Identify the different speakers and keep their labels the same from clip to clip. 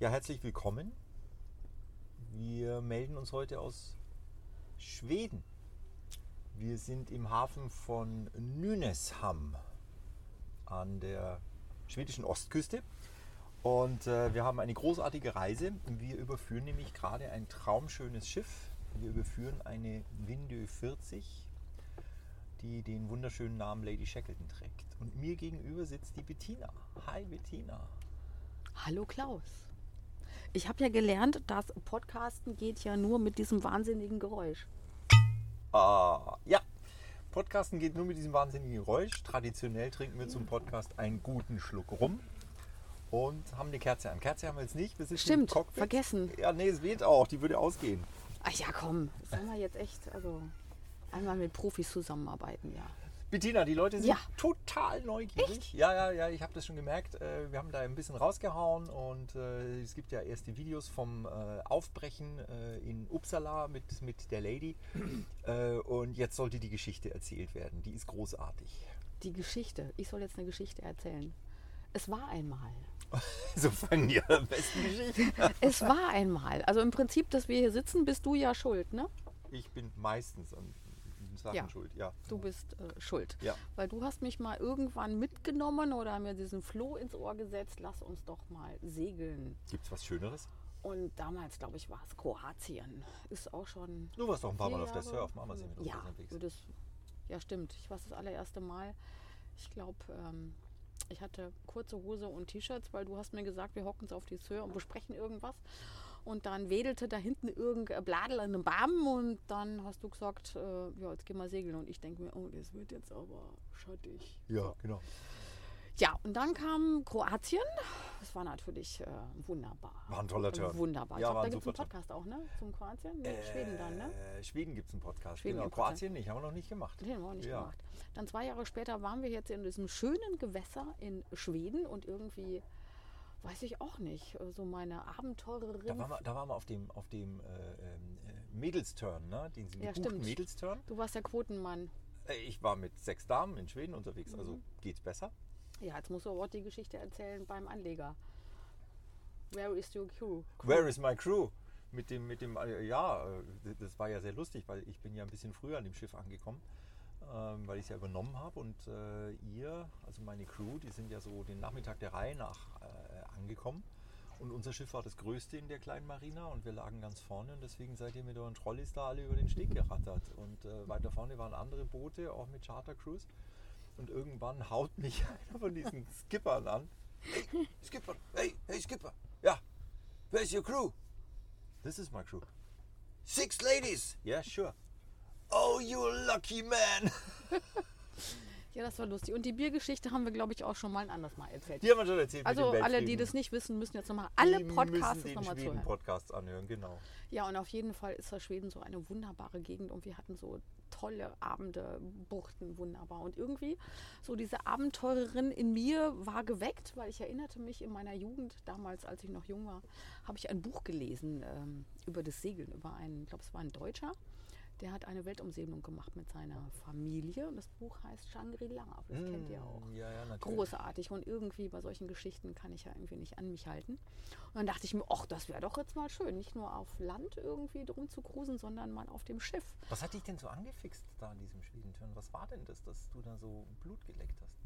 Speaker 1: Ja, herzlich willkommen. Wir melden uns heute aus Schweden. Wir sind im Hafen von Nynäsham an der schwedischen Ostküste und äh, wir haben eine großartige Reise. Wir überführen nämlich gerade ein traumschönes Schiff. Wir überführen eine Windö 40, die den wunderschönen Namen Lady Shackleton trägt. Und mir gegenüber sitzt die Bettina. Hi Bettina.
Speaker 2: Hallo Klaus. Ich habe ja gelernt, dass Podcasten geht ja nur mit diesem wahnsinnigen Geräusch.
Speaker 1: Ah, ja. Podcasten geht nur mit diesem wahnsinnigen Geräusch. Traditionell trinken wir zum Podcast einen guten Schluck rum und haben eine Kerze an. Kerze haben wir jetzt nicht. Wir sitzen
Speaker 2: Stimmt,
Speaker 1: im Cockpit.
Speaker 2: vergessen.
Speaker 1: Ja, nee, es weht auch. Die würde ausgehen.
Speaker 2: Ach ja, komm, sollen wir jetzt echt, also einmal mit Profis zusammenarbeiten, ja.
Speaker 1: Bettina, die Leute sind
Speaker 2: Ja.
Speaker 1: total neugierig. Ja, ja, ja, ich habe das schon gemerkt. Äh, Wir haben da ein bisschen rausgehauen und äh, es gibt ja erste Videos vom äh, Aufbrechen äh, in Uppsala mit, mit der Lady. Äh, Und jetzt sollte die Geschichte erzählt werden. Die ist großartig.
Speaker 2: Die Geschichte, ich soll jetzt eine Geschichte erzählen. Es war einmal.
Speaker 1: So fangen die am besten Geschichten. an.
Speaker 2: Es war einmal. Also im Prinzip, dass wir hier sitzen, bist du ja schuld, ne?
Speaker 1: Ich bin meistens an Sachen
Speaker 2: Ja.
Speaker 1: schuld, ja.
Speaker 2: Du bist äh, schuld.
Speaker 1: Ja.
Speaker 2: Weil du hast mich mal irgendwann mitgenommen oder mir diesen Floh ins Ohr gesetzt, lass uns doch mal segeln.
Speaker 1: Gibt's was Schöneres?
Speaker 2: Und damals, glaube ich, war es Kroatien. Ist auch schon
Speaker 1: Du warst doch ein paar Mal
Speaker 2: Vier
Speaker 1: auf der
Speaker 2: Jahre.
Speaker 1: Surf, Mama sind mit uns
Speaker 2: ja,
Speaker 1: unterwegs.
Speaker 2: so Das, ja, stimmt. Ich war das allererste Mal. Ich glaube, ähm, ich hatte kurze Hose und T-Shirts, weil du hast mir gesagt, wir hocken uns auf die Sör und besprechen irgendwas. Und dann wedelte da hinten irgendein Bladel an einem Baum und dann hast du gesagt, äh, ja, jetzt gehen wir segeln. Und ich denke mir, oh, das wird jetzt aber schattig.
Speaker 1: Ja, genau.
Speaker 2: Ja, und dann kam Kroatien. Das war natürlich äh, wunderbar.
Speaker 1: War ein toller Turn.
Speaker 2: Wunderbar.
Speaker 1: Ja,
Speaker 2: ich
Speaker 1: war
Speaker 2: glaube, da
Speaker 1: ein
Speaker 2: gibt es
Speaker 1: super
Speaker 2: einen
Speaker 1: Turn.
Speaker 2: Podcast auch, ne? Zum Kroatien? Nee, Schweden dann, ne?
Speaker 1: Äh, Schweden gibt's einen Podcast.
Speaker 2: Schweden
Speaker 1: genau.
Speaker 2: gibt's einen.
Speaker 1: Kroatien nicht, haben wir noch nicht gemacht.
Speaker 2: Den haben wir auch nicht
Speaker 1: ja.
Speaker 2: gemacht. Dann zwei Jahre später waren wir jetzt in diesem schönen Gewässer in Schweden und irgendwie, weiß ich auch nicht, äh, so meine
Speaker 1: Da
Speaker 2: Abenteurerin.
Speaker 1: waren, wir, da waren wir auf dem, auf dem äh, ähm, äh, Mädelsturn, ne? den
Speaker 2: Ja,
Speaker 1: gebuchten
Speaker 2: stimmt.
Speaker 1: Mädelsturn.
Speaker 2: Du warst der Quotenmann.
Speaker 1: Äh, Ich war mit sechs Damen in Schweden unterwegs, also
Speaker 2: Mhm.
Speaker 1: geht's besser.
Speaker 2: Ja, jetzt musst du auch die Geschichte erzählen beim Anleger. Where is your crew?
Speaker 1: Where is my crew? Mit dem, mit dem, äh, ja, äh, d- das war ja sehr lustig, weil ich bin ja ein bisschen früher an dem Schiff angekommen, ähm, weil ich es ja übernommen habe und äh, ihr, also meine Crew, die sind ja so den Nachmittag der Reihe nach äh, angekommen und unser Schiff war das größte in der kleinen Marina und wir lagen ganz vorne und deswegen seid ihr mit euren Trolleys da alle über den Steg gerattert und äh, weiter vorne waren andere Boote, auch mit Chartercrews und irgendwann haut mich einer von diesen Skippern an. Hey, Skipper, hey, hey Skipper, ja, Where's your crew? This is my crew. Six ladies. Yeah, sure. Oh, you lucky man.
Speaker 2: Ja, das war lustig. Und die Biergeschichte haben wir, glaube ich, auch schon mal ein anderes Mal erzählt.
Speaker 1: Die haben wir schon erzählt. mit
Speaker 2: also
Speaker 1: den
Speaker 2: alle, die
Speaker 1: Weltfrieden.
Speaker 2: das nicht wissen, müssen jetzt nochmal alle
Speaker 1: Die
Speaker 2: Podcasts
Speaker 1: müssen den
Speaker 2: nochmal
Speaker 1: Schweden
Speaker 2: zuhören.
Speaker 1: Podcasts anhören, genau.
Speaker 2: Ja, und auf jeden Fall ist das Schweden so eine wunderbare Gegend und wir hatten so tolle Abende, Buchten, wunderbar. Und irgendwie so diese Abenteurerin in mir war geweckt, weil ich erinnerte mich in meiner Jugend, damals, als ich noch jung war, habe ich ein Buch gelesen ähm, über das Segeln, über einen, ich glaube, es war ein Deutscher. Der hat eine Weltumsegelung gemacht mit seiner Familie und das Buch heißt Shangri-La. Das kennt ihr auch
Speaker 1: Mm, Ja, ja, natürlich.
Speaker 2: großartig und irgendwie bei solchen Geschichten kann ich ja irgendwie nicht an mich halten. Und dann dachte ich mir, ach, das wäre doch jetzt mal schön, nicht nur auf Land irgendwie drum zu cruisen, sondern mal auf dem Schiff.
Speaker 1: Was hat dich denn so angefixt da an diesem Schwedenturn? Was war denn das, dass du da so Blut geleckt hast?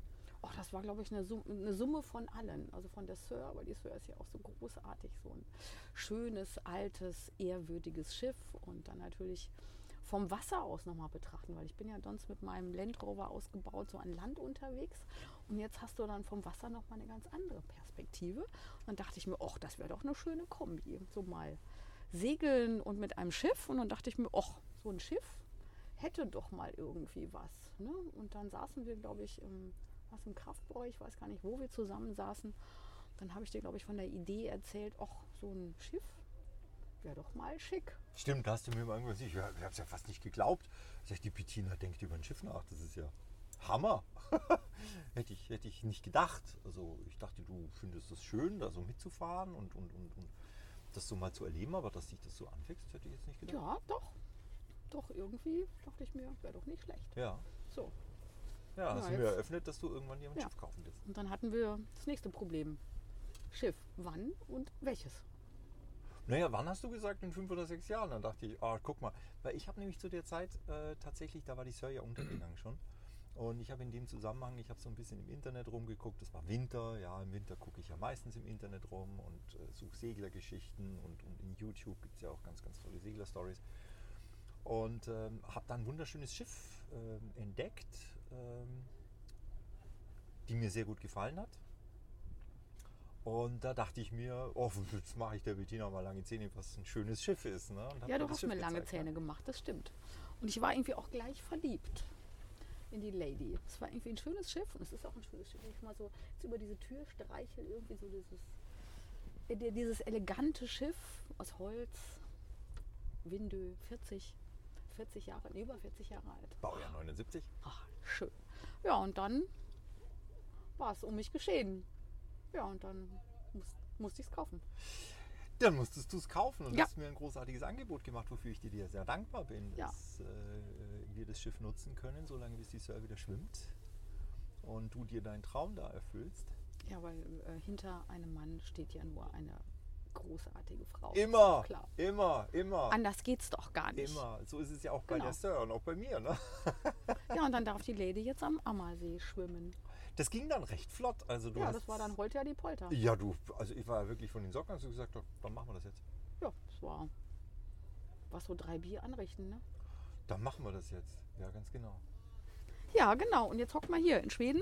Speaker 2: Ach, Oh, das war, glaube ich, eine, Sum eine Summe von allen. Also von der Sir, aber die Sir ist ja auch so großartig, so ein schönes, altes, ehrwürdiges Schiff und dann natürlich vom Wasser aus nochmal betrachten, weil ich bin ja sonst mit meinem Land Rover ausgebaut so an Land unterwegs und jetzt hast du dann vom Wasser nochmal eine ganz andere Perspektive. Und dann dachte ich mir, ach, das wäre doch eine schöne Kombi, so mal segeln und mit einem Schiff und dann dachte ich mir, ach, so ein Schiff, hätte doch mal irgendwie was. Ne? Und dann saßen wir, glaube ich, im, was im Kraftbau, ich weiß gar nicht, wo wir zusammen saßen. Dann habe ich dir, glaube ich, von der Idee erzählt, ach, so ein Schiff wäre doch mal schick.
Speaker 1: Stimmt, da hast du mir mal irgendwas. Ich, ich habe es ja fast nicht geglaubt. Ich sag, die Bettina denkt über ein Schiff nach. Das ist ja Hammer. hätte, ich, hätte ich nicht gedacht. Also ich dachte, du findest es schön, da so mitzufahren und, und, und, und das so mal zu erleben, aber dass dich das so anwächst, hätte ich jetzt nicht gedacht.
Speaker 2: Ja, doch. Doch, irgendwie dachte ich mir, wäre doch nicht schlecht.
Speaker 1: Ja.
Speaker 2: So,
Speaker 1: Ja, hast du
Speaker 2: Ah, jetzt-
Speaker 1: mir eröffnet, dass du irgendwann dir ein
Speaker 2: Ja.
Speaker 1: Schiff kaufen willst.
Speaker 2: und dann hatten wir das nächste Problem. Schiff, wann und welches?
Speaker 1: Naja, wann hast du gesagt? In fünf oder sechs Jahren. Dann dachte ich, ah, guck mal. Weil ich habe nämlich zu der Zeit äh, tatsächlich, da war die Sir ja untergegangen schon. Und ich habe in dem Zusammenhang, ich habe so ein bisschen im Internet rumgeguckt. Es war Winter, ja, im Winter gucke ich ja meistens im Internet rum und äh, suche Seglergeschichten. Und, und in YouTube gibt es ja auch ganz, ganz tolle Segler-Stories. Und ähm, habe da ein wunderschönes Schiff ähm, entdeckt, ähm, die mir sehr gut gefallen hat. Und da dachte ich mir, oh, jetzt mache ich der Bettina mal lange Zähne, was ein schönes Schiff ist. Ne? Und hab
Speaker 2: Ja,
Speaker 1: ihr
Speaker 2: du
Speaker 1: das
Speaker 2: hast
Speaker 1: Schiff
Speaker 2: mir lange
Speaker 1: gezeigt, ja.
Speaker 2: Zähne gemacht, das stimmt. Und ich war irgendwie auch gleich verliebt in die Lady. Es war irgendwie ein schönes Schiff und es ist auch ein schönes Schiff. Wenn ich mal so jetzt über diese Tür streichel, irgendwie so dieses, äh, die- dieses elegante Schiff aus Holz, Windö, 40, 40 Jahre, nee, über 40 Jahre alt.
Speaker 1: Baujahr 79.
Speaker 2: Ach, schön. Ja, und dann war es um mich geschehen. Ja, und dann muss, musste ich es kaufen.
Speaker 1: Dann musstest du es kaufen und
Speaker 2: Ja.
Speaker 1: hast mir ein großartiges Angebot gemacht, wofür ich dir dir sehr dankbar bin,
Speaker 2: Ja.
Speaker 1: dass äh, wir das Schiff nutzen können, solange bis die Sir wieder schwimmt und du dir deinen Traum da erfüllst.
Speaker 2: Ja, weil äh, hinter einem Mann steht ja nur eine großartige Frau.
Speaker 1: Immer,
Speaker 2: Ist doch Klar.
Speaker 1: immer, immer,
Speaker 2: Anders geht's doch gar nicht.
Speaker 1: immer. So ist es ja auch bei
Speaker 2: Genau.
Speaker 1: der Sir und auch bei mir. Ne?
Speaker 2: Ja, und dann darf die Lady jetzt am Ammersee schwimmen.
Speaker 1: Das ging dann recht flott. Also du
Speaker 2: ja,
Speaker 1: hast,
Speaker 2: das war dann heute ja die Polter.
Speaker 1: Ja, du, also ich war ja wirklich von den Socken, als du gesagt hast, dann machen wir das jetzt.
Speaker 2: Ja, das war. Was so drei Bier anrichten, ne?
Speaker 1: Dann machen wir das jetzt. Ja, ganz genau.
Speaker 2: Ja, genau. Und jetzt hockt mal hier in Schweden.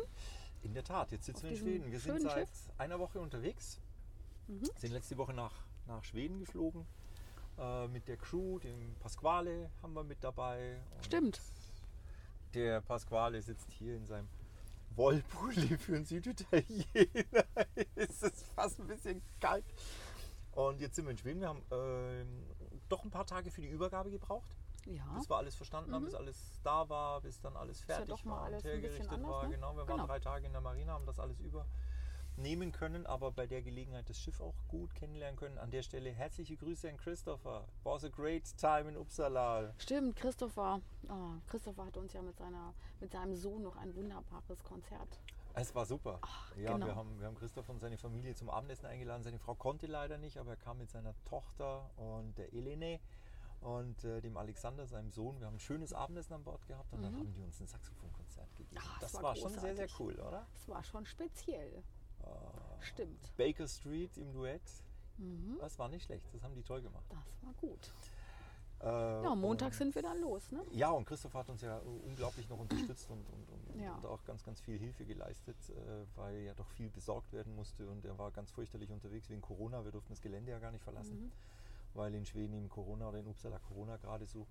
Speaker 1: In der Tat, jetzt sitzen
Speaker 2: Auf
Speaker 1: wir in
Speaker 2: diesem
Speaker 1: Schweden. Wir sind
Speaker 2: schönen Mhm.
Speaker 1: seit einer Woche unterwegs. Sind letzte Woche nach, nach Schweden geflogen. Äh, mit der Crew, dem Pasquale haben wir mit dabei. Und
Speaker 2: Stimmt.
Speaker 1: Der Pasquale sitzt hier in seinem Wollpulli für einen Süditaliener. es ist fast ein bisschen kalt. Und jetzt sind wir in Schweden. Wir haben ähm, doch ein paar Tage für die Übergabe gebraucht
Speaker 2: Ja. Mhm.
Speaker 1: bis wir alles verstanden haben, bis alles da war, bis dann alles
Speaker 2: ja
Speaker 1: fertig
Speaker 2: doch mal
Speaker 1: war
Speaker 2: alles
Speaker 1: und
Speaker 2: ein bisschen
Speaker 1: hergerichtet
Speaker 2: anders,
Speaker 1: war.
Speaker 2: ne?
Speaker 1: Genau, wir
Speaker 2: Genau.
Speaker 1: waren drei Tage in der Marina, haben das alles übernehmen können, aber bei der Gelegenheit das Schiff auch gut kennenlernen können. An der Stelle herzliche Grüße an Christopher. Was a great time in Uppsala.
Speaker 2: Stimmt, Christopher. Ah, Christopher hat uns ja mit, seiner, mit seinem Sohn noch ein wunderbares Konzert.
Speaker 1: Es war super. ja,
Speaker 2: genau.
Speaker 1: wir, haben, wir haben Christoph und seine Familie zum Abendessen eingeladen. Seine Frau konnte leider nicht, aber er kam mit seiner Tochter und der Elene und äh, dem Alexander, seinem Sohn. Wir haben ein schönes Abendessen an Bord gehabt und dann haben die uns ein Saxophonkonzert gegeben.
Speaker 2: Mhm. Ah,
Speaker 1: das
Speaker 2: das war
Speaker 1: war schon sehr, sehr
Speaker 2: großartig.
Speaker 1: cool, oder?
Speaker 2: Das war schon speziell.
Speaker 1: Ah.
Speaker 2: Stimmt.
Speaker 1: Baker Street im Duett. Das war nicht schlecht, das haben die toll gemacht.
Speaker 2: Das war gut.
Speaker 1: Äh,
Speaker 2: Ja, Montag
Speaker 1: und,
Speaker 2: sind wir dann los, ne?
Speaker 1: Ja, und Christoph hat uns ja äh, unglaublich noch unterstützt und, und, und,
Speaker 2: Ja.
Speaker 1: und auch ganz, ganz viel Hilfe geleistet, äh, weil ja doch viel besorgt werden musste und er war ganz fürchterlich unterwegs wegen Corona. Wir durften das Gelände ja gar nicht verlassen,
Speaker 2: Mhm.
Speaker 1: weil in Schweden eben Corona oder in Uppsala Corona gerade so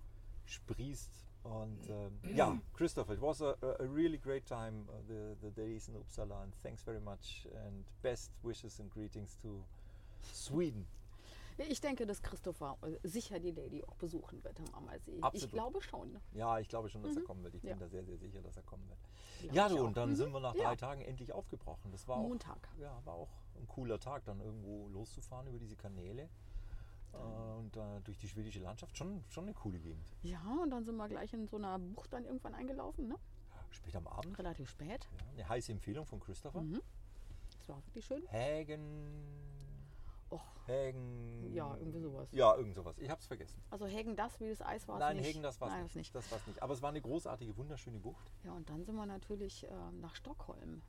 Speaker 1: sprießt. Und ähm, ja, Christoph, it was a, a really great time, uh, the, the days in Uppsala and thanks very much and best wishes and greetings to Sweden.
Speaker 2: Ich denke, dass Christopher äh, sicher die Lady auch besuchen wird am Ammersee. Ich
Speaker 1: Absolut.
Speaker 2: glaube schon. ne?
Speaker 1: Ja, ich glaube schon, dass er kommen wird. Ich
Speaker 2: Mhm. Ja.
Speaker 1: bin da sehr, sehr sicher, dass er kommen wird.
Speaker 2: Glaub
Speaker 1: ja,
Speaker 2: ich
Speaker 1: du,
Speaker 2: auch.
Speaker 1: und dann
Speaker 2: Mhm.
Speaker 1: sind wir nach drei
Speaker 2: Ja.
Speaker 1: Tagen endlich aufgebrochen. Das war auch,
Speaker 2: Montag.
Speaker 1: Ja, war auch ein cooler Tag, dann irgendwo loszufahren über diese Kanäle äh,
Speaker 2: Mhm.
Speaker 1: und äh, durch die schwedische Landschaft. Schon, schon eine coole Gegend.
Speaker 2: Ja, und dann sind wir gleich in so einer Bucht dann irgendwann eingelaufen, ne?
Speaker 1: Spät am Abend.
Speaker 2: Relativ spät.
Speaker 1: Ja, eine heiße Empfehlung von Christopher.
Speaker 2: Mhm. Das war wirklich schön.
Speaker 1: Hägen.
Speaker 2: Och,
Speaker 1: Hägen.
Speaker 2: Ja, irgendwie sowas.
Speaker 1: Ja, irgend sowas. Ich hab's vergessen.
Speaker 2: also Hägen das wie das Eis war es
Speaker 1: Nein,
Speaker 2: nicht.
Speaker 1: Hägen, das war's
Speaker 2: Nein,
Speaker 1: nicht.
Speaker 2: das nicht.
Speaker 1: Das war's nicht. Aber es war eine großartige, wunderschöne Bucht.
Speaker 2: Ja, und dann sind wir natürlich äh, nach Stockholm.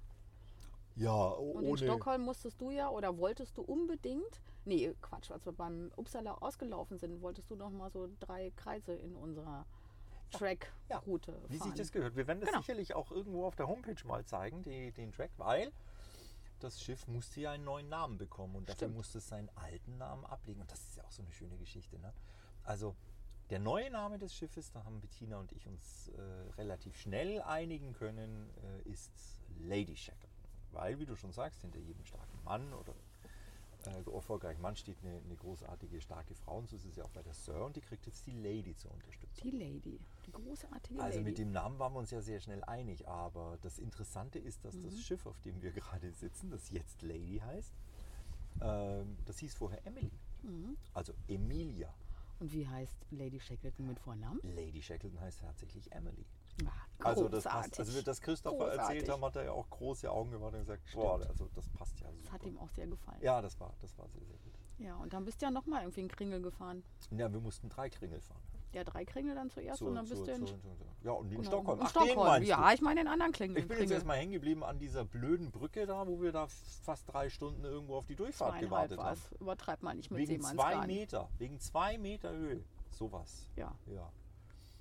Speaker 1: Ja,
Speaker 2: Und
Speaker 1: oh,
Speaker 2: in Stockholm musstest du ja oder wolltest du unbedingt, nee, Quatsch, als wir beim Uppsala ausgelaufen sind, wolltest du noch mal so drei Kreise in unserer
Speaker 1: Ja.
Speaker 2: Track-Route fahren.
Speaker 1: Wie sich das gehört. Wir werden das
Speaker 2: Genau.
Speaker 1: sicherlich auch irgendwo auf der Homepage mal zeigen, die, den Track, weil das Schiff musste ja einen neuen Namen bekommen und dafür
Speaker 2: Stimmt.
Speaker 1: musste es seinen alten Namen ablegen. Und das ist ja auch so eine schöne Geschichte. Ne? Also der neue Name des Schiffes, da haben Bettina und ich uns äh, relativ schnell einigen können, äh, ist Lady Shackleton. Weil, wie du schon sagst, hinter jedem starken Mann oder äh, erfolgreich. Mann steht eine, eine großartige, starke Frau und so ist es ja auch bei der Sir und die kriegt jetzt die Lady zur Unterstützung.
Speaker 2: Die Lady, die großartige
Speaker 1: Also
Speaker 2: Lady.
Speaker 1: mit dem Namen waren wir uns ja sehr schnell einig, aber das Interessante ist, dass
Speaker 2: Mhm.
Speaker 1: das Schiff, auf dem wir gerade sitzen, das jetzt Lady heißt, ähm, das hieß vorher Emily.
Speaker 2: Mhm.
Speaker 1: Also Emilia.
Speaker 2: und wie heißt Lady Shackleton mit Vornamen?
Speaker 1: Lady Shackleton heißt tatsächlich Emily.
Speaker 2: Ah,
Speaker 1: Also das,
Speaker 2: großartig.
Speaker 1: passt, also das Christopher erzählt
Speaker 2: Großartig.
Speaker 1: haben, hat er ja auch große Augen gemacht und gesagt, boah,
Speaker 2: Stimmt.
Speaker 1: also das passt ja
Speaker 2: Das hat
Speaker 1: super.
Speaker 2: ihm auch sehr gefallen.
Speaker 1: Ja, das war, das war sehr, sehr gut.
Speaker 2: Ja, und dann bist du ja nochmal irgendwie in Kringel gefahren.
Speaker 1: Ja, wir mussten drei Kringel fahren.
Speaker 2: Ja, drei Kringel dann zuerst
Speaker 1: Zur-
Speaker 2: und dann bist
Speaker 1: zur-
Speaker 2: du in,
Speaker 1: zur- zur- zur- Ja, und in
Speaker 2: genau,
Speaker 1: Stockholm.
Speaker 2: in
Speaker 1: Ach, den
Speaker 2: Stockholm.
Speaker 1: meinst
Speaker 2: Ja,
Speaker 1: du?
Speaker 2: ich meine den anderen Kringel.
Speaker 1: Ich bin jetzt
Speaker 2: Kringel.
Speaker 1: erstmal hängen geblieben an dieser blöden Brücke da, wo wir da fast drei Stunden irgendwo auf die Durchfahrt
Speaker 2: Zweieinhalb
Speaker 1: gewartet
Speaker 2: war
Speaker 1: haben.
Speaker 2: es. Übertreib mal nicht mit
Speaker 1: Wegen zwei
Speaker 2: Seemannsgarn.
Speaker 1: Meter. Wegen zwei Meter Höhe. Sowas.
Speaker 2: Ja,
Speaker 1: Ja.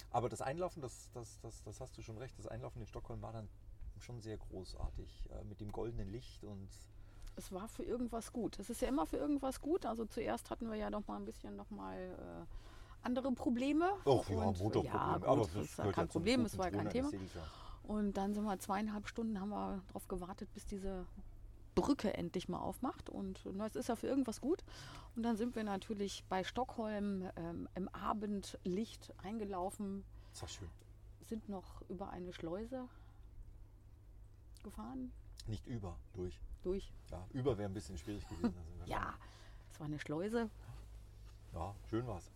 Speaker 1: Aber das Einlaufen, das, das, das, das hast du schon recht, das Einlaufen in Stockholm war dann schon sehr großartig. Äh, mit dem goldenen Licht und
Speaker 2: es war für irgendwas gut. Es ist ja immer für irgendwas gut. Also zuerst hatten wir ja noch mal ein bisschen noch mal äh, andere Probleme.
Speaker 1: Och, ja,
Speaker 2: Und-
Speaker 1: Motorproblem.
Speaker 2: Ja, gut,
Speaker 1: aber
Speaker 2: das ist ja
Speaker 1: gehört
Speaker 2: kein
Speaker 1: zum
Speaker 2: Problem,
Speaker 1: guten
Speaker 2: es war ja kein
Speaker 1: Ton
Speaker 2: Thema.
Speaker 1: eines Segels, ja.
Speaker 2: Und dann sind wir zweieinhalb Stunden, haben wir darauf gewartet, bis diese Brücke endlich mal aufmacht. Und na, es ist ja für irgendwas gut. Und dann sind wir natürlich bei Stockholm ähm, im Abendlicht eingelaufen,
Speaker 1: Das war schön.
Speaker 2: sind noch über eine Schleuse gefahren.
Speaker 1: Nicht über, durch.
Speaker 2: Durch.
Speaker 1: Ja, über wäre ein bisschen schwierig gewesen. da sind wir
Speaker 2: Ja, es war eine Schleuse.
Speaker 1: schon- Ja, schön war's.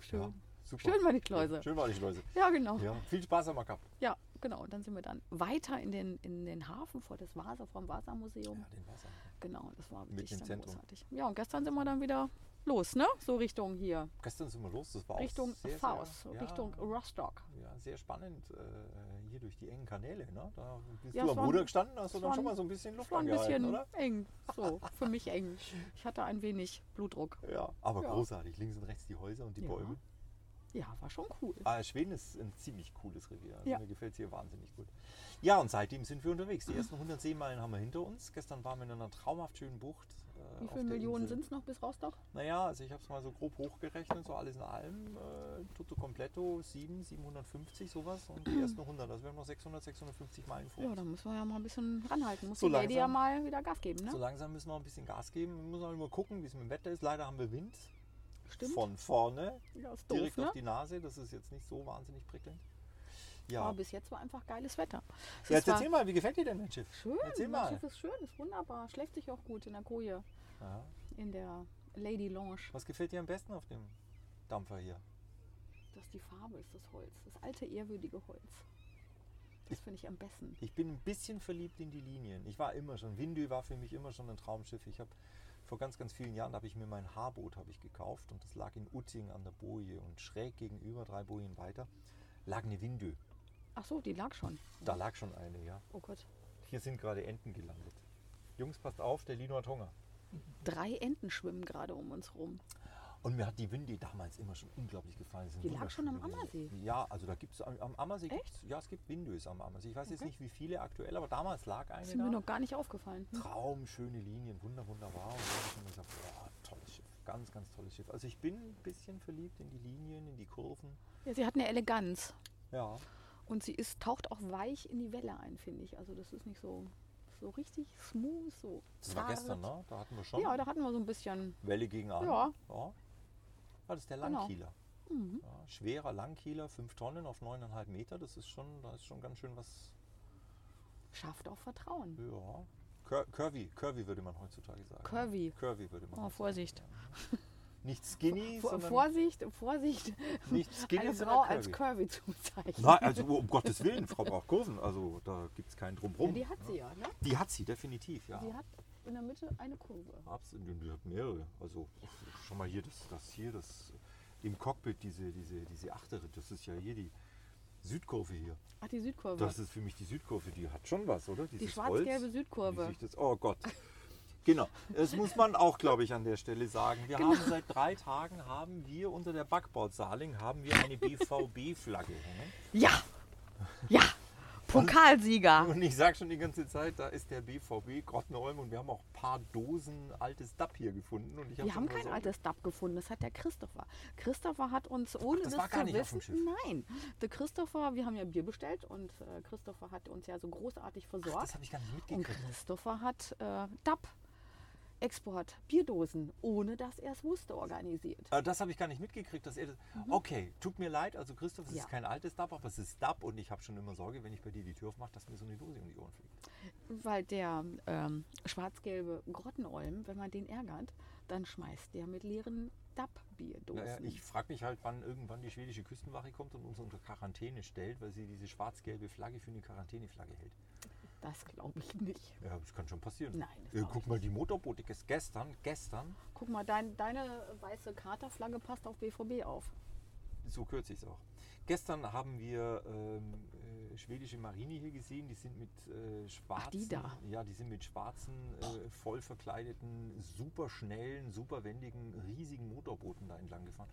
Speaker 2: Schön.
Speaker 1: Ja, super.
Speaker 2: Schön war die Schleuse.
Speaker 1: Schön war die Schleuse.
Speaker 2: Ja, genau.
Speaker 1: Ja, viel Spaß haben wir gehabt.
Speaker 2: Ja, genau. Und dann sind wir dann weiter in den, in den Hafen vor das Vasa, vom Vasa-Museum.
Speaker 1: Ja, den Wasser.
Speaker 2: Genau, das war
Speaker 1: Mitten
Speaker 2: wirklich
Speaker 1: im
Speaker 2: dann
Speaker 1: Zentrum.
Speaker 2: großartig. Ja, und gestern sind wir dann wieder los, ne? So Richtung hier,
Speaker 1: Gestern sind wir los, das war
Speaker 2: Richtung
Speaker 1: auch sehr,
Speaker 2: Faust,
Speaker 1: sehr, ja,
Speaker 2: Richtung Rostock.
Speaker 1: Ja, sehr spannend äh, hier durch die engen Kanäle. Ne? Da bist
Speaker 2: Ja,
Speaker 1: du
Speaker 2: es
Speaker 1: am
Speaker 2: war ein-
Speaker 1: Ruder gestanden, hast du
Speaker 2: es
Speaker 1: dann
Speaker 2: war
Speaker 1: schon
Speaker 2: ein-
Speaker 1: mal so ein bisschen
Speaker 2: Das
Speaker 1: Luft
Speaker 2: war ein
Speaker 1: angehalten,
Speaker 2: bisschen
Speaker 1: oder?
Speaker 2: eng, so, für mich eng. Ich hatte ein wenig Blutdruck.
Speaker 1: Ja, aber
Speaker 2: Ja.
Speaker 1: großartig. Links und rechts die Häuser und die
Speaker 2: Ja.
Speaker 1: Bäume.
Speaker 2: Ja, war schon cool.
Speaker 1: Ah, Schweden ist ein ziemlich cooles Revier. Also
Speaker 2: Ja.
Speaker 1: Mir gefällt es hier wahnsinnig gut. Ja, und seitdem sind wir unterwegs. Die ersten 100 Seemeilen haben wir hinter uns. Gestern waren wir in einer traumhaft schönen Bucht. äh,
Speaker 2: Wie
Speaker 1: auf der
Speaker 2: viele Millionen
Speaker 1: Insel.
Speaker 2: sind es noch bis Rostock?
Speaker 1: Naja, also ich habe es mal so grob hochgerechnet, so alles in allem, äh, tutto completo 7, 750 sowas und die ersten 100, also wir haben noch 600, 650 Meilen vor
Speaker 2: Ja,
Speaker 1: uns.
Speaker 2: da müssen wir ja mal ein bisschen ranhalten. Muss
Speaker 1: So
Speaker 2: die Lady ja
Speaker 1: langsam.
Speaker 2: mal wieder Gas geben, ne?
Speaker 1: So langsam müssen wir auch ein bisschen Gas geben, wir müssen auch immer gucken, wie es mit dem Wetter ist. Leider haben wir Wind
Speaker 2: Stimmt.
Speaker 1: von vorne,
Speaker 2: ja, ist doof,
Speaker 1: direkt
Speaker 2: ne?
Speaker 1: auf die Nase, das ist jetzt nicht so wahnsinnig prickelnd. Ja,
Speaker 2: Aber Ah, bis jetzt war einfach geiles Wetter. Es ist
Speaker 1: jetzt
Speaker 2: zwar
Speaker 1: erzähl mal, wie gefällt dir denn dein Schiff?
Speaker 2: Schön,
Speaker 1: erzähl
Speaker 2: mein
Speaker 1: mal.
Speaker 2: Schiff ist schön, ist wunderbar. Schläft sich auch gut in der Koje,
Speaker 1: Ja.
Speaker 2: in der Lady Lounge.
Speaker 1: Was gefällt dir am besten auf dem Dampfer hier?
Speaker 2: Das die Farbe ist das Holz, das alte ehrwürdige Holz. Das finde ich am besten.
Speaker 1: Ich bin ein bisschen verliebt in die Linien. Ich war immer schon, Windö war für mich immer schon ein Traumschiff. Ich habe vor ganz, ganz vielen Jahren habe ich mir mein Haarboot habe ich gekauft und das lag in Utting an der Boje und schräg gegenüber, drei Bojen weiter, lag eine Windö.
Speaker 2: Ach so, die lag schon.
Speaker 1: Da lag schon eine, ja.
Speaker 2: Oh Gott.
Speaker 1: Hier sind gerade Enten gelandet. Jungs, passt auf, der Lino hat Hunger.
Speaker 2: Drei Enten schwimmen gerade um uns rum.
Speaker 1: Und mir hat die Windö damals immer schon unglaublich gefallen. Das sind
Speaker 2: Die lag schon am
Speaker 1: wunderschöne Winde.
Speaker 2: Ammersee?
Speaker 1: Ja, also da gibt es am am Ammersee,
Speaker 2: Echt?
Speaker 1: gibt's, ja, es gibt Windös am Ammersee. Ich weiß jetzt
Speaker 2: Okay.
Speaker 1: nicht, wie viele aktuell, aber damals lag eine
Speaker 2: Das sind mir
Speaker 1: da.
Speaker 2: noch gar nicht aufgefallen. Hm?
Speaker 1: traumschöne Linien, wunder, wunderbar. Und da habe ich immer gesagt, boah, tolles Schiff, ganz, ganz tolles Schiff. Also ich bin ein bisschen verliebt in die Linien, in die Kurven.
Speaker 2: Ja, sie hat eine Eleganz.
Speaker 1: Ja,
Speaker 2: Und sie ist, taucht auch weich in die Welle ein, finde ich. Also das ist nicht so, so richtig smooth. So
Speaker 1: das war
Speaker 2: zart.
Speaker 1: gestern, ne? Da hatten wir schon
Speaker 2: Ja, da hatten wir so ein bisschen
Speaker 1: Welle gegen an.
Speaker 2: Ja.
Speaker 1: ja. Ah, das ist der
Speaker 2: Genau.
Speaker 1: Langkieler. Ja, schwerer Langkieler, 5 Tonnen auf 9,5 Meter. Das ist schon, da ist schon ganz schön was.
Speaker 2: schafft auch Vertrauen.
Speaker 1: Ja. Cur curvy, curvy würde man heutzutage sagen. ne?
Speaker 2: Curvy.
Speaker 1: Curvy würde man.
Speaker 2: Oh,
Speaker 1: heutzutage
Speaker 2: Vorsicht.
Speaker 1: sagen, ja. Nicht skinny,
Speaker 2: Vor,
Speaker 1: sondern
Speaker 2: Vorsicht, Vorsicht.
Speaker 1: nicht skinny,
Speaker 2: Eine
Speaker 1: sondern
Speaker 2: Frau als
Speaker 1: curvy.
Speaker 2: curvy zu bezeichnen.
Speaker 1: Nein, also um Gottes Willen, Frau braucht Kurven. Also da gibt es keinen
Speaker 2: Ja,
Speaker 1: Drumrum.
Speaker 2: die hat sie ja, ne?
Speaker 1: Die hat sie, definitiv, ja.
Speaker 2: Sie hat in der Mitte eine Kurve.
Speaker 1: Absolut, die hat mehrere. Also schon mal hier das, das hier, das im Cockpit, diese, diese, diese Achtere, das ist ja hier die Südkurve hier.
Speaker 2: Ach, die Südkurve.
Speaker 1: Das ist für mich die Südkurve, die hat schon was, oder? Dieses
Speaker 2: die schwarz-gelbe
Speaker 1: Holz, wie
Speaker 2: Südkurve.
Speaker 1: sich Das, oh Gott. Genau, das muss man auch, glaube ich, an der Stelle sagen. Wir
Speaker 2: Genau.
Speaker 1: haben seit drei Tagen, haben wir unter der Backbord Saarling, haben wir eine BVB-Flagge hängen.
Speaker 2: Ja! Ja! Pokalsieger!
Speaker 1: Und ich sage schon die ganze Zeit, da ist der BVB Grottenholm und wir haben auch ein paar Dosen altes DAP hier gefunden. Und ich
Speaker 2: Wir
Speaker 1: schon
Speaker 2: haben
Speaker 1: mal
Speaker 2: kein
Speaker 1: so-
Speaker 2: altes Dab gefunden, das hat der Christopher. Christopher hat uns, ohne
Speaker 1: das
Speaker 2: das,
Speaker 1: war gar
Speaker 2: zu
Speaker 1: nicht auf dem
Speaker 2: wissen,
Speaker 1: Schiff.
Speaker 2: nein. Der Christopher, wir haben ja Bier bestellt und äh, Christopher hat uns ja so großartig
Speaker 1: Ach, das
Speaker 2: versorgt.
Speaker 1: habe ich gar nicht
Speaker 2: und
Speaker 1: mitgekriegt.
Speaker 2: Christopher hat äh, Dab Export Bierdosen, ohne dass er es wusste, organisiert.
Speaker 1: Äh, Das habe ich gar nicht mitgekriegt, dass er das. Okay, tut mir leid, also Christoph, es
Speaker 2: Mhm. Ja.
Speaker 1: ist kein altes DAB, aber es ist DAB und ich habe schon immer Sorge, wenn ich bei dir die Tür aufmache, dass mir so eine Dose um die Ohren fliegt.
Speaker 2: Weil der ähm, schwarz-gelbe Grottenolm, wenn man den ärgert, dann schmeißt der mit leeren Dab-Bierdosen.
Speaker 1: Naja, ich frage mich halt, wann irgendwann die schwedische Küstenwache kommt und uns unter Quarantäne stellt, weil sie diese schwarz-gelbe Flagge für eine Quarantäneflagge hält.
Speaker 2: das glaube ich nicht.
Speaker 1: Ja, das kann schon passieren.
Speaker 2: Nein, das
Speaker 1: äh,
Speaker 2: glaub
Speaker 1: guck
Speaker 2: ich
Speaker 1: mal, die Motorboote ges- gestern, gestern,
Speaker 2: Guck mal, dein, deine weiße Katerflagge passt auf BVB auf.
Speaker 1: so kürze ich es auch. Gestern haben wir ähm, äh, schwedische Marine hier gesehen, die sind mit äh, schwarzen,
Speaker 2: die da.
Speaker 1: ja, die sind mit schwarzen, äh, voll verkleideten, super schnellen, super wendigen, riesigen Motorbooten da entlang gefahren.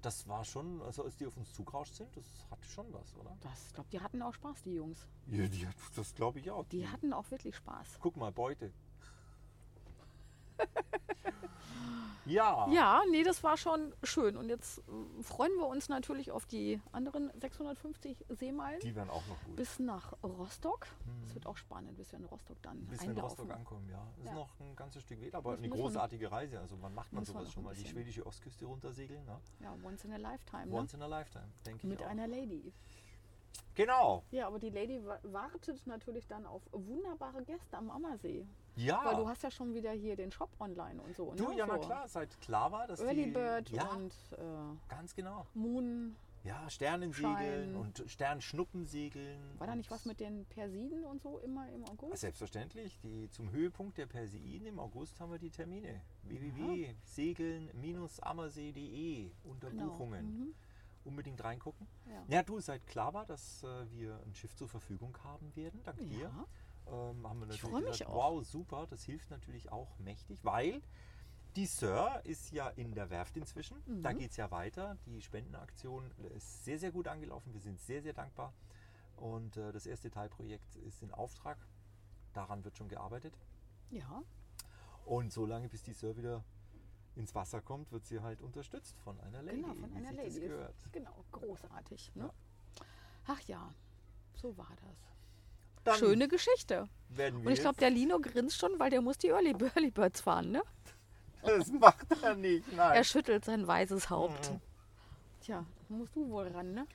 Speaker 1: Das war schon, also als die auf uns zugerauscht sind, das hat schon was, oder?
Speaker 2: Das glaube, die hatten auch Spaß, die Jungs.
Speaker 1: Ja, die hat, das glaube ich auch.
Speaker 2: Die hatten auch wirklich Spaß.
Speaker 1: Guck mal, Beute. ja.
Speaker 2: Ja, nee, das war schon schön. Und jetzt äh, freuen wir uns natürlich auf die anderen 650 Seemeilen
Speaker 1: Die wären auch noch gut.
Speaker 2: bis nach Rostock. Es wird auch spannend, bis wir in Rostock dann
Speaker 1: Bis wir in
Speaker 2: einlaufen.
Speaker 1: Rostock ankommen, ja. Ist
Speaker 2: Ja.
Speaker 1: noch ein ganzes Stück Weg, aber
Speaker 2: Müssen-
Speaker 1: eine
Speaker 2: müssen wir noch-
Speaker 1: großartige Reise. Also wann macht man
Speaker 2: müssen wir
Speaker 1: sowas
Speaker 2: noch
Speaker 1: schon
Speaker 2: ein
Speaker 1: mal? Die
Speaker 2: bisschen.
Speaker 1: schwedische Ostküste runtersegeln, ne?
Speaker 2: ja, once in a lifetime. Ne?
Speaker 1: Once in a lifetime, denke ich
Speaker 2: Mit
Speaker 1: auch.
Speaker 2: einer Lady.
Speaker 1: genau,
Speaker 2: Ja, aber die Lady wa- wartet natürlich dann auf wunderbare Gäste am Ammersee.
Speaker 1: ja.
Speaker 2: Weil du hast ja schon wieder hier den Shop online und so.
Speaker 1: Du,
Speaker 2: ne?
Speaker 1: ja, na
Speaker 2: so
Speaker 1: klar, seit klar war, dass
Speaker 2: Early
Speaker 1: die...
Speaker 2: Bird
Speaker 1: ja,
Speaker 2: und äh,
Speaker 1: ganz genau.
Speaker 2: Moon.
Speaker 1: Ja, Sternensegeln
Speaker 2: Schein.
Speaker 1: und Sternschnuppensegeln.
Speaker 2: War da nicht
Speaker 1: und- Ah,
Speaker 2: was mit den Persiden und so immer im August?
Speaker 1: Selbstverständlich. Die, zum Höhepunkt der Perseiden im August haben wir die Termine. www.segeln-ammersee.de unter
Speaker 2: Genau.
Speaker 1: Also Buchungen. Unbedingt reingucken.
Speaker 2: Ja.
Speaker 1: Ja, du, seit klar war, dass äh, wir ein Schiff zur Verfügung haben werden, dank dir,
Speaker 2: Ja.
Speaker 1: ähm, haben wir natürlich
Speaker 2: freu mich
Speaker 1: gesagt,
Speaker 2: auch.
Speaker 1: wow, super, das hilft natürlich auch mächtig, weil die Sir ist ja in der Werft inzwischen, da
Speaker 2: Mhm.
Speaker 1: geht es ja weiter, die Spendenaktion ist sehr, sehr gut angelaufen, wir sind sehr, sehr dankbar und äh, das erste Teilprojekt ist in Auftrag, daran wird schon gearbeitet
Speaker 2: ja.
Speaker 1: und solange bis die Sir wieder ins Wasser kommt, wird sie halt unterstützt von einer Lady,
Speaker 2: Genau, von
Speaker 1: wie
Speaker 2: einer
Speaker 1: sich
Speaker 2: Lady.
Speaker 1: das gehört.
Speaker 2: Genau, großartig. Ne?
Speaker 1: Ja.
Speaker 2: Ach ja, so war das.
Speaker 1: Dann
Speaker 2: Schöne Geschichte.
Speaker 1: werden wir
Speaker 2: Und ich glaube,
Speaker 1: jetzt-
Speaker 2: der Lino grinst schon, weil der muss die Early, Early Birds fahren, ne?
Speaker 1: Das macht er nicht, nein. Mhm.
Speaker 2: Er schüttelt sein weißes Haupt. Tja, musst du wohl ran, ne?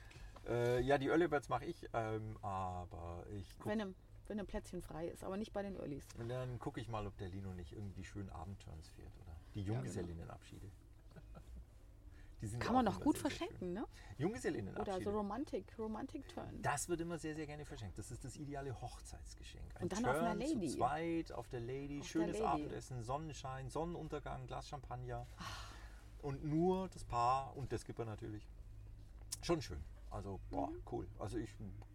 Speaker 1: Äh, ja, die Earlybirds mache ich, ähm, aber ich guck,
Speaker 2: Wenn ein, wenn ein Plätzchen frei ist, aber nicht bei den Earlys.
Speaker 1: und dann gucke ich mal, ob der Lino nicht irgendwie die schönen Abendturns fährt, oder? Die Junggesellinnenabschiede. Die sind ja
Speaker 2: genau. Kann man
Speaker 1: auch
Speaker 2: noch
Speaker 1: immer
Speaker 2: gut
Speaker 1: sehr, sehr schön.
Speaker 2: verschenken, ne? Oder so
Speaker 1: Junggesellinnenabschiede.
Speaker 2: Romantik, Romantik Turn.
Speaker 1: Das wird immer sehr, sehr gerne verschenkt. Das ist das ideale Hochzeitsgeschenk. Ein
Speaker 2: Und dann auf
Speaker 1: Turn
Speaker 2: einer Lady.
Speaker 1: Zu zweit, auf der Lady,
Speaker 2: Auf der
Speaker 1: schönes
Speaker 2: Lady.
Speaker 1: Abendessen, Sonnenschein, Sonnenuntergang, Glas Champagner. Und nur das Paar und der Skipper natürlich. Schon schön. Also, boah,
Speaker 2: Mhm.
Speaker 1: cool. Also, ich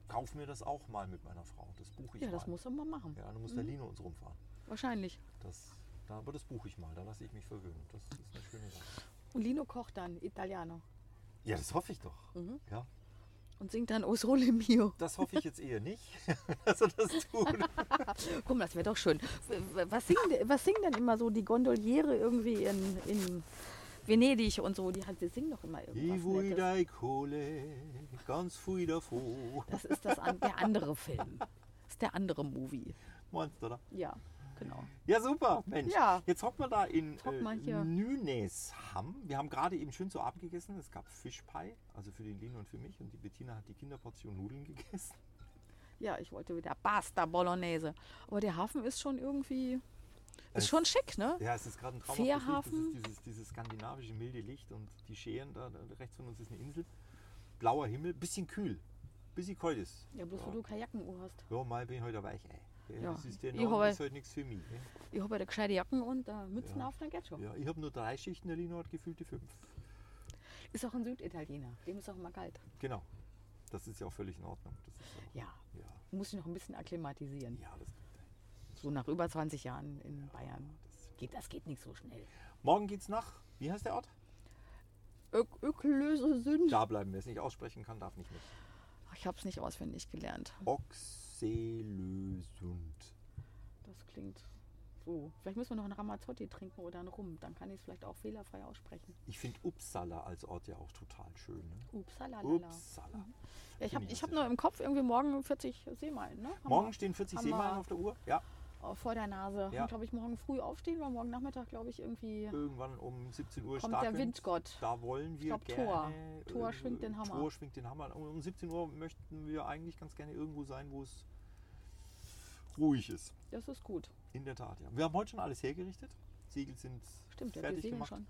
Speaker 1: kaufe mir das auch mal mit meiner Frau. Das buche ich
Speaker 2: Ja,
Speaker 1: mal.
Speaker 2: das muss Mhm. er mal machen.
Speaker 1: Ja, dann muss der Lino uns rumfahren.
Speaker 2: Wahrscheinlich.
Speaker 1: Das, da, aber das buche ich mal. Da lasse ich mich verwöhnen. Das ist eine schöne Sache.
Speaker 2: Und Lino kocht dann Italiano
Speaker 1: Ja, das hoffe ich doch.
Speaker 2: Mhm.
Speaker 1: Ja,
Speaker 2: und singt dann O Sole Mio.
Speaker 1: das hoffe ich jetzt eher nicht, dass er das tut.
Speaker 2: Guck mal, das wäre doch schön. W- w- Was singen, de- was singen denn immer so die Gondoliere irgendwie in, in Venedig und so? Die, hat- die singen doch immer
Speaker 1: Ich
Speaker 2: irgendwas
Speaker 1: will
Speaker 2: Nettes.
Speaker 1: deine Kohle, ganz viel davon.
Speaker 2: Das ist das an, der andere Film. Das ist der andere Movie.
Speaker 1: Meinst du, oder?
Speaker 2: Ja, genau.
Speaker 1: Ja, super, Mensch.
Speaker 2: Ja.
Speaker 1: Jetzt hocken wir da in
Speaker 2: hocken wir
Speaker 1: äh,
Speaker 2: hier.
Speaker 1: Nynäsham. Wir haben gerade eben schön zu Abend gegessen. Es gab Fischpie, also für den Lino und für mich. Und die Bettina hat die Kinderportion Nudeln gegessen.
Speaker 2: Ja, ich wollte wieder Pasta Bolognese. Aber der Hafen ist schon irgendwie.
Speaker 1: Es-
Speaker 2: Ist schon schick, ne?
Speaker 1: Ja, es ist gerade ein traumhaftes Licht. Das
Speaker 2: Fährhafen.
Speaker 1: ist dieses, dieses skandinavische milde Licht und die Scheren da, da rechts von uns ist eine Insel. Blauer Himmel, bisschen kühl, bisschen kalt ist.
Speaker 2: Ja, bloß wo du Kajakenuhr hast.
Speaker 1: Ja, mal bin ich heute weich, ey. Ja,
Speaker 2: Ja.
Speaker 1: Das ist der
Speaker 2: Ich halt
Speaker 1: Norden,
Speaker 2: hoffe-
Speaker 1: ist heute nichts für mich. Ne?
Speaker 2: Ich habe ja da gescheite Jacken und äh, Mützen
Speaker 1: Ja.
Speaker 2: auf einer Getschow.
Speaker 1: Ja, ich habe nur drei Schichten, der Lino hat gefühlte fünf.
Speaker 2: Ist auch ein Süditaliener. Dem ist auch immer kalt.
Speaker 1: Genau. Das ist ja auch völlig in Ordnung. Das ist ja,
Speaker 2: Ja.
Speaker 1: auch- ja.
Speaker 2: Muss ich noch ein bisschen akklimatisieren.
Speaker 1: ja, das kriegt er hin.
Speaker 2: So nach über 20 Jahren in Bayern.
Speaker 1: das-
Speaker 2: Geht, das geht nicht so schnell.
Speaker 1: Morgen geht's nach, wie heißt der Ort?
Speaker 2: Ök Öklöse Sünd.
Speaker 1: Da bleiben, wer es nicht aussprechen kann, darf nicht mit.
Speaker 2: Ich habe es nicht auswendig gelernt.
Speaker 1: Oxelösund.
Speaker 2: Das klingt so. Vielleicht müssen wir noch einen Ramazzotti trinken oder einen Rum. Dann kann ich es vielleicht auch fehlerfrei aussprechen.
Speaker 1: Ich finde Uppsala als Ort ja auch total schön. Ne?
Speaker 2: Upsalalala.
Speaker 1: Uppsala.
Speaker 2: Ja, ich
Speaker 1: Finde
Speaker 2: habe
Speaker 1: ich
Speaker 2: ich
Speaker 1: auch
Speaker 2: hab
Speaker 1: sehr
Speaker 2: nur im Kopf irgendwie morgen 40 Seemeilen. Ne? Haben
Speaker 1: Morgen
Speaker 2: wir.
Speaker 1: stehen 40
Speaker 2: Haben wir-
Speaker 1: Seemeilen auf der Uhr. Ja,
Speaker 2: äh, vor der Nase.
Speaker 1: Ja.
Speaker 2: Und glaube ich, morgen früh aufstehen, weil morgen Nachmittag, glaube ich, irgendwie
Speaker 1: Irgendwann um 17 Uhr
Speaker 2: kommt der
Speaker 1: Starkwind.
Speaker 2: Windgott.
Speaker 1: Da wollen wir
Speaker 2: glaub, Thor.
Speaker 1: gerne.
Speaker 2: Thor
Speaker 1: äh,
Speaker 2: schwingt den Hammer.
Speaker 1: Thor schwingt den Hammer. Um 17 Uhr möchten wir eigentlich ganz gerne irgendwo sein, wo es ruhig ist.
Speaker 2: Das ist gut.
Speaker 1: In der Tat, ja. Wir haben heute schon alles hergerichtet. Segel sind
Speaker 2: Stimmt, ja, die
Speaker 1: fertig
Speaker 2: sehen
Speaker 1: gemacht.
Speaker 2: schon.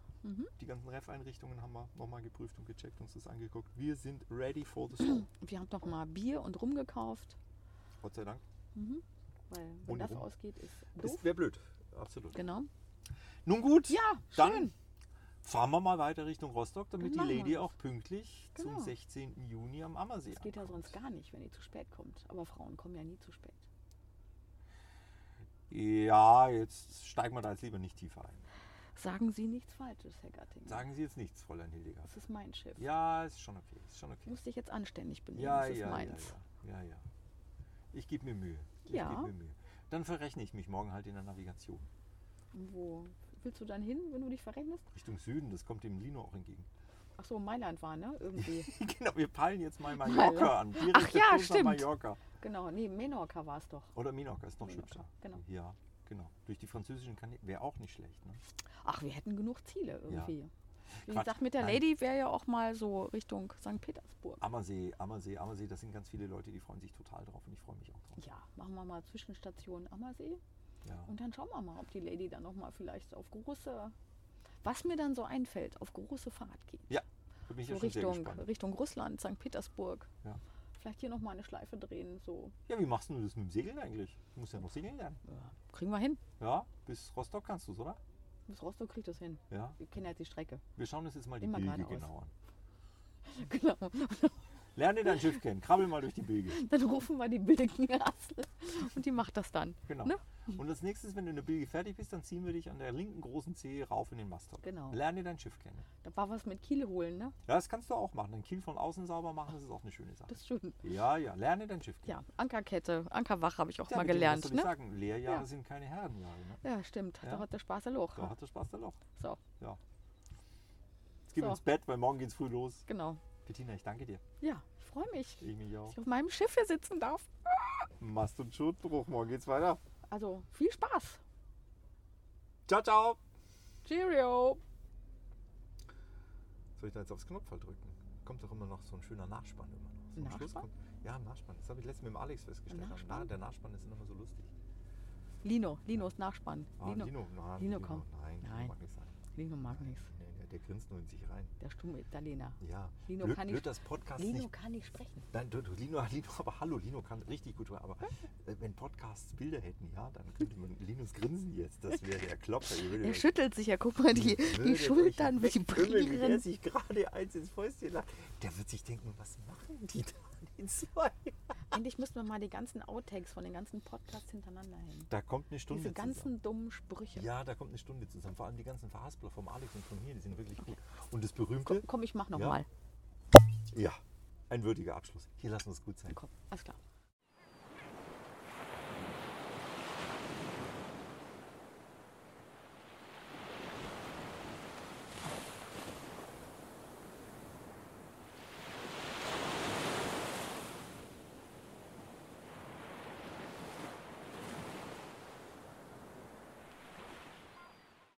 Speaker 1: Die ganzen Ref-Einrichtungen haben wir nochmal geprüft und gecheckt, uns das angeguckt. Wir sind ready for the show.
Speaker 2: Wir haben noch mal Bier und Rum gekauft,
Speaker 1: Gott sei Dank.
Speaker 2: weil wenn
Speaker 1: Ohne
Speaker 2: das
Speaker 1: Rum.
Speaker 2: ausgeht, ist
Speaker 1: Das
Speaker 2: doof.
Speaker 1: wäre blöd. Absolut.
Speaker 2: Genau.
Speaker 1: Nun gut,
Speaker 2: Ja,
Speaker 1: dann
Speaker 2: schön.
Speaker 1: fahren wir mal weiter Richtung Rostock, damit
Speaker 2: Dann
Speaker 1: die
Speaker 2: machen wir
Speaker 1: Lady
Speaker 2: das.
Speaker 1: auch pünktlich
Speaker 2: Genau.
Speaker 1: zum 16. Juni am Ammersee
Speaker 2: Das geht ja
Speaker 1: ankommt.
Speaker 2: sonst gar nicht, wenn die zu spät kommt. Aber Frauen kommen ja nie zu spät.
Speaker 1: Ja, jetzt steigen wir da jetzt lieber nicht tiefer ein.
Speaker 2: Sagen Sie nichts Falsches, Herr Gatting.
Speaker 1: Sagen Sie jetzt nichts, Fräulein Hildegard.
Speaker 2: Das ist mein Schiff.
Speaker 1: Ja, ist schon okay. Ist schon okay.
Speaker 2: Muss ich jetzt anständig benehmen.
Speaker 1: Ja,
Speaker 2: das ist
Speaker 1: ja, ja, ja,
Speaker 2: meins.
Speaker 1: ja, ja. Ich gebe mir Mühe. Ich
Speaker 2: Ja.
Speaker 1: geb mir Mühe. Dann verrechne ich mich morgen halt in der Navigation.
Speaker 2: Und Wo willst du dann hin, wenn du dich verrechnest?
Speaker 1: Richtung Süden, das kommt dem Lino auch entgegen.
Speaker 2: Ach so, Mailand war, ne? Irgendwie.
Speaker 1: genau, wir peilen jetzt mal Mallorca an. Direkt
Speaker 2: Ach ja,
Speaker 1: Kurs nach
Speaker 2: stimmt.
Speaker 1: Mallorca.
Speaker 2: genau, nee, Menorca war es doch.
Speaker 1: Oder Minorca ist noch
Speaker 2: Menorca,
Speaker 1: hübscher.
Speaker 2: genau.
Speaker 1: Ja, genau. Durch die französischen Kanäle wäre auch nicht schlecht. Ne?
Speaker 2: Ach, wir hätten genug Ziele irgendwie. Wie
Speaker 1: Quatsch,
Speaker 2: gesagt, mit der
Speaker 1: nein.
Speaker 2: Lady wäre ja auch mal so Richtung St. Petersburg.
Speaker 1: Ammersee, Ammersee, Ammersee, das sind ganz viele Leute, die freuen sich total drauf und ich freue mich auch drauf.
Speaker 2: Ja, machen wir mal Zwischenstation Ammersee
Speaker 1: Ja.
Speaker 2: und dann schauen wir mal, ob die Lady dann nochmal vielleicht auf große, was mir dann so einfällt, auf große Fahrt geht.
Speaker 1: ja, da bin ich
Speaker 2: So
Speaker 1: ja schon sehr
Speaker 2: Richtung, äh,
Speaker 1: gespannt.
Speaker 2: Richtung Russland, St. Petersburg.
Speaker 1: Ja.
Speaker 2: Vielleicht hier nochmal eine Schleife drehen. So.
Speaker 1: Ja, wie machst du das mit dem Segeln eigentlich? Du musst ja noch segeln lernen.
Speaker 2: Kriegen wir hin.
Speaker 1: Ja, bis Rostock kannst du es, oder?
Speaker 2: Bis Rostock kriegt das hin.
Speaker 1: Ja.
Speaker 2: Wir kennen ja jetzt die Strecke.
Speaker 1: Wir schauen uns jetzt mal die
Speaker 2: Immer
Speaker 1: Bilge
Speaker 2: geradeaus.
Speaker 1: genau an.
Speaker 2: genau.
Speaker 1: Lerne dein Schiff kennen, krabbel mal durch die Bilge.
Speaker 2: Dann rufen wir die Bilgenrassel und die macht das dann.
Speaker 1: Genau.
Speaker 2: Ne?
Speaker 1: Und als nächstes, wenn du in der Bilge fertig bist, dann ziehen wir dich an der linken großen Zehe rauf in den Mastop.
Speaker 2: Genau.
Speaker 1: Lerne dein Schiff kennen.
Speaker 2: Da war was mit Kiel holen, ne?
Speaker 1: Ja, das kannst du auch machen. Den Kiel von außen sauber machen, das ist auch eine schöne Sache.
Speaker 2: Das ist schön.
Speaker 1: Ja, ja, lerne dein Schiff kennen.
Speaker 2: Ja, Ankerkette, Ankerwache habe ich auch
Speaker 1: Ja,
Speaker 2: mal
Speaker 1: mit dem, was
Speaker 2: gelernt,
Speaker 1: soll ich
Speaker 2: ne?
Speaker 1: sagen, Lehrjahre
Speaker 2: Ja.
Speaker 1: sind keine Herrenjahre. Ne?
Speaker 2: Ja, stimmt. Da
Speaker 1: Ja.
Speaker 2: hat der Spaß ein Loch.
Speaker 1: Da hat der Spaß der Loch.
Speaker 2: So,
Speaker 1: Ja. Jetzt gehen
Speaker 2: So.
Speaker 1: wir ins Bett, weil morgen geht's früh los.
Speaker 2: genau.
Speaker 1: Bettina, ich danke dir.
Speaker 2: Ja, ich freue mich, dass
Speaker 1: Ich mich auch.
Speaker 2: ich auf meinem Schiff hier sitzen darf.
Speaker 1: Mast und Schuttbruch, morgen geht's weiter.
Speaker 2: Also, viel Spaß.
Speaker 1: Ciao, ciao.
Speaker 2: Cheerio.
Speaker 1: Soll ich da jetzt aufs Knopfball drücken? Kommt doch immer noch so ein schöner Nachspann immer noch. So am Schluss
Speaker 2: Nachspann?
Speaker 1: kommt- ja, Nachspann. Das habe ich letztens mit dem Alex festgestellt.
Speaker 2: Ein
Speaker 1: Na, der Nachspann ist immer so lustig.
Speaker 2: Lino, Linos Nachspann.
Speaker 1: Ah,
Speaker 2: Lino,
Speaker 1: Lino, nein,
Speaker 2: Lino, komm.
Speaker 1: Nein, Lino
Speaker 2: Nein.
Speaker 1: mag nicht sein.
Speaker 2: Lino mag nichts.
Speaker 1: Nee, der, der grinst nur in sich rein.
Speaker 2: Der stumme Italiener.
Speaker 1: Ja,
Speaker 2: Lino
Speaker 1: blöd,
Speaker 2: kann nicht-
Speaker 1: blöd das Podcast
Speaker 2: Lino
Speaker 1: nicht
Speaker 2: kann nicht sprechen.
Speaker 1: Nein, du, du, Lino, Lino, aber hallo, Lino kann richtig gut, hören, aber äh, wenn Podcasts Bilder hätten, ja, dann könnte man Linos grinsen jetzt. Das wäre der Klopper. Ihr würdet
Speaker 2: Er
Speaker 1: euch-
Speaker 2: schüttelt sich ja, guck mal, die, die
Speaker 1: würdet
Speaker 2: Schultern
Speaker 1: euch wegkrümmeln, wie Der
Speaker 2: vibrieren.
Speaker 1: sich gerade eins ins Fäustchen lacht. Der wird sich denken, was machen die da, die zwei?
Speaker 2: Endlich müssen wir mal die ganzen Outtakes von den ganzen Podcasts hintereinander hängen.
Speaker 1: Da kommt eine Stunde
Speaker 2: Diese
Speaker 1: zusammen.
Speaker 2: ganzen dummen Sprüche.
Speaker 1: Ja, da kommt eine Stunde zusammen. Vor allem die ganzen Verhaspler vom Alex und von mir, die sind wirklich gut. Und das berühmte,
Speaker 2: Komm, ich mach
Speaker 1: Ja.
Speaker 2: nochmal.
Speaker 1: ja, ein würdiger Abschluss. Hier lassen wir es gut sein.
Speaker 2: Komm, alles klar.